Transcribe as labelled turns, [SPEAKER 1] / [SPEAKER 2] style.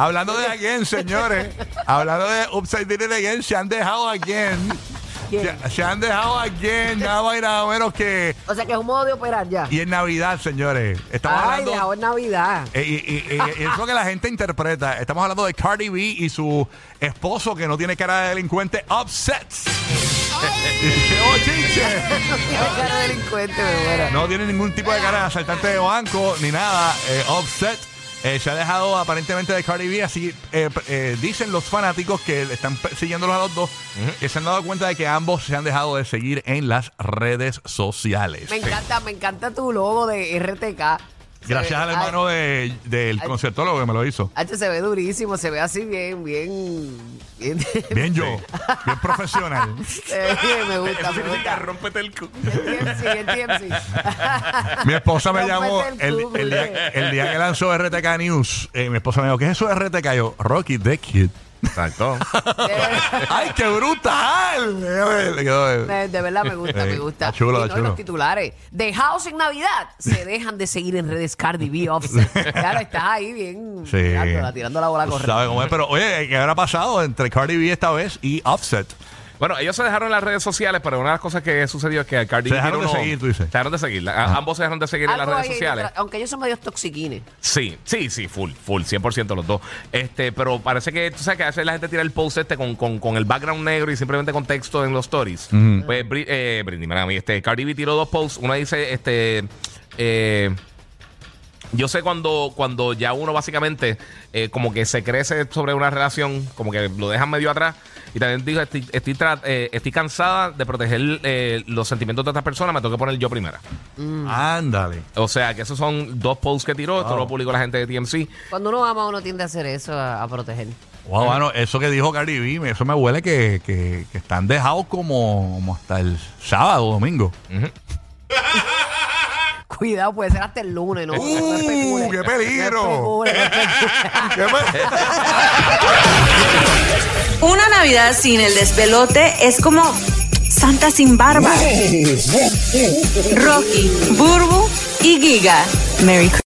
[SPEAKER 1] Hablando de again, señores. hablando de Upside Down again, se han dejado again. Se, se han dejado again, nada más y nada menos que.
[SPEAKER 2] O sea que es un modo de operar ya.
[SPEAKER 1] Y en Navidad, señores. Estamos
[SPEAKER 2] Ay,
[SPEAKER 1] hablando.
[SPEAKER 2] de ahora en Navidad.
[SPEAKER 1] Eh, Y, y- y- y eso que la gente interpreta. Estamos hablando de Cardi B y su esposo que no tiene cara de delincuente, Upsets. ¡Qué bochinche!
[SPEAKER 2] Qué cara de delincuente, me muero.
[SPEAKER 1] No tiene ningún tipo de cara de asaltante de banco ni nada. Eh, Offset eh, se ha dejado aparentemente de Cardi B. Así eh, p- eh, dicen los fanáticos que le están siguiéndolos a los dos que se han dado cuenta de que ambos se han dejado de seguir en las redes sociales.
[SPEAKER 2] Me encanta, me encanta tu logo de RTK. Se
[SPEAKER 1] Gracias
[SPEAKER 2] ve-
[SPEAKER 1] al hermano de- del
[SPEAKER 2] ay.
[SPEAKER 1] concertólogo que me lo hizo.
[SPEAKER 2] Ay, H, se ve durísimo, se ve así bien, bien. bien-
[SPEAKER 1] Bien yo, bien profesional.
[SPEAKER 2] se ve bien, me gusta, me
[SPEAKER 3] Significa
[SPEAKER 2] gusta.
[SPEAKER 3] rompete el cu.
[SPEAKER 2] TMC, el TMC.
[SPEAKER 1] Mi esposa me llamó
[SPEAKER 2] Rompete el
[SPEAKER 1] el,
[SPEAKER 2] culo,
[SPEAKER 1] el día,
[SPEAKER 2] eh.
[SPEAKER 1] el día que lanzó RTK News. eh, mi esposa me dijo, ¿qué es eso de RTK? Yo, Rocky the Kid.
[SPEAKER 3] Exacto.
[SPEAKER 1] ¡Ay, qué brutal! Le quedó-
[SPEAKER 2] De, de verdad me gusta,
[SPEAKER 1] Sí,
[SPEAKER 2] me gusta.
[SPEAKER 1] está chulo,
[SPEAKER 2] Y
[SPEAKER 1] está
[SPEAKER 2] no,
[SPEAKER 1] chulo.
[SPEAKER 2] los titulares. Dejados en Navidad se dejan de seguir en redes Cardi B Offset. Claro, estás ahí bien
[SPEAKER 1] Sí.
[SPEAKER 2] tirándola, tirando la bola
[SPEAKER 1] Tú
[SPEAKER 2] correcta.
[SPEAKER 1] sabes cómo es, pero oye, ¿qué habrá pasado entre Cardi B esta vez y Offset?
[SPEAKER 3] Bueno, ellos se dejaron en las redes sociales, pero una de las cosas que sucedió es que al Cardi
[SPEAKER 1] Se
[SPEAKER 3] B
[SPEAKER 1] dejaron
[SPEAKER 3] tiene
[SPEAKER 1] de
[SPEAKER 3] uno-
[SPEAKER 1] seguir, tú dices. Ah,
[SPEAKER 3] Se dejaron de seguir. A- Ambos se dejaron de seguir en las
[SPEAKER 2] Algo
[SPEAKER 3] redes
[SPEAKER 2] ahí,
[SPEAKER 3] sociales.
[SPEAKER 2] Aunque ellos son medios toxiquines.
[SPEAKER 3] Sí, sí, sí, full, full, 100% los dos. Este, pero parece que, tú sabes que a veces la gente tira el post este con, con, con el background negro y simplemente con texto en los stories. Pues Bri- eh, Britney, mira, a mí, este, Cardi B tiró dos posts. Una dice, este, eh, yo sé cuando, cuando ya uno básicamente eh, como que se crece sobre una relación, como que lo dejan medio atrás. Y también dijo, estoy, estoy, tra- eh, estoy cansada de proteger eh, los sentimientos de otras personas, me tengo que poner yo primera.
[SPEAKER 1] Ándale.
[SPEAKER 3] O sea, que esos son dos posts que tiró, esto
[SPEAKER 1] Wow.
[SPEAKER 3] lo publicó la gente de TMC.
[SPEAKER 2] Cuando uno ama, uno tiende a hacer eso, a, a proteger.
[SPEAKER 1] Wow, bueno, eso que dijo Cardi B, me- eso me huele que, que- que están dejados como, como hasta el sábado, domingo.
[SPEAKER 2] Cuidado, puede ser hasta el lunes, ¿no? No
[SPEAKER 1] ¡Uh,
[SPEAKER 2] especules.
[SPEAKER 1] qué peligro!
[SPEAKER 2] No especules.
[SPEAKER 1] ¿Qué me-
[SPEAKER 4] Una Navidad sin el despelote es como Santa sin barba. Rocky, Burbu y Giga. Merry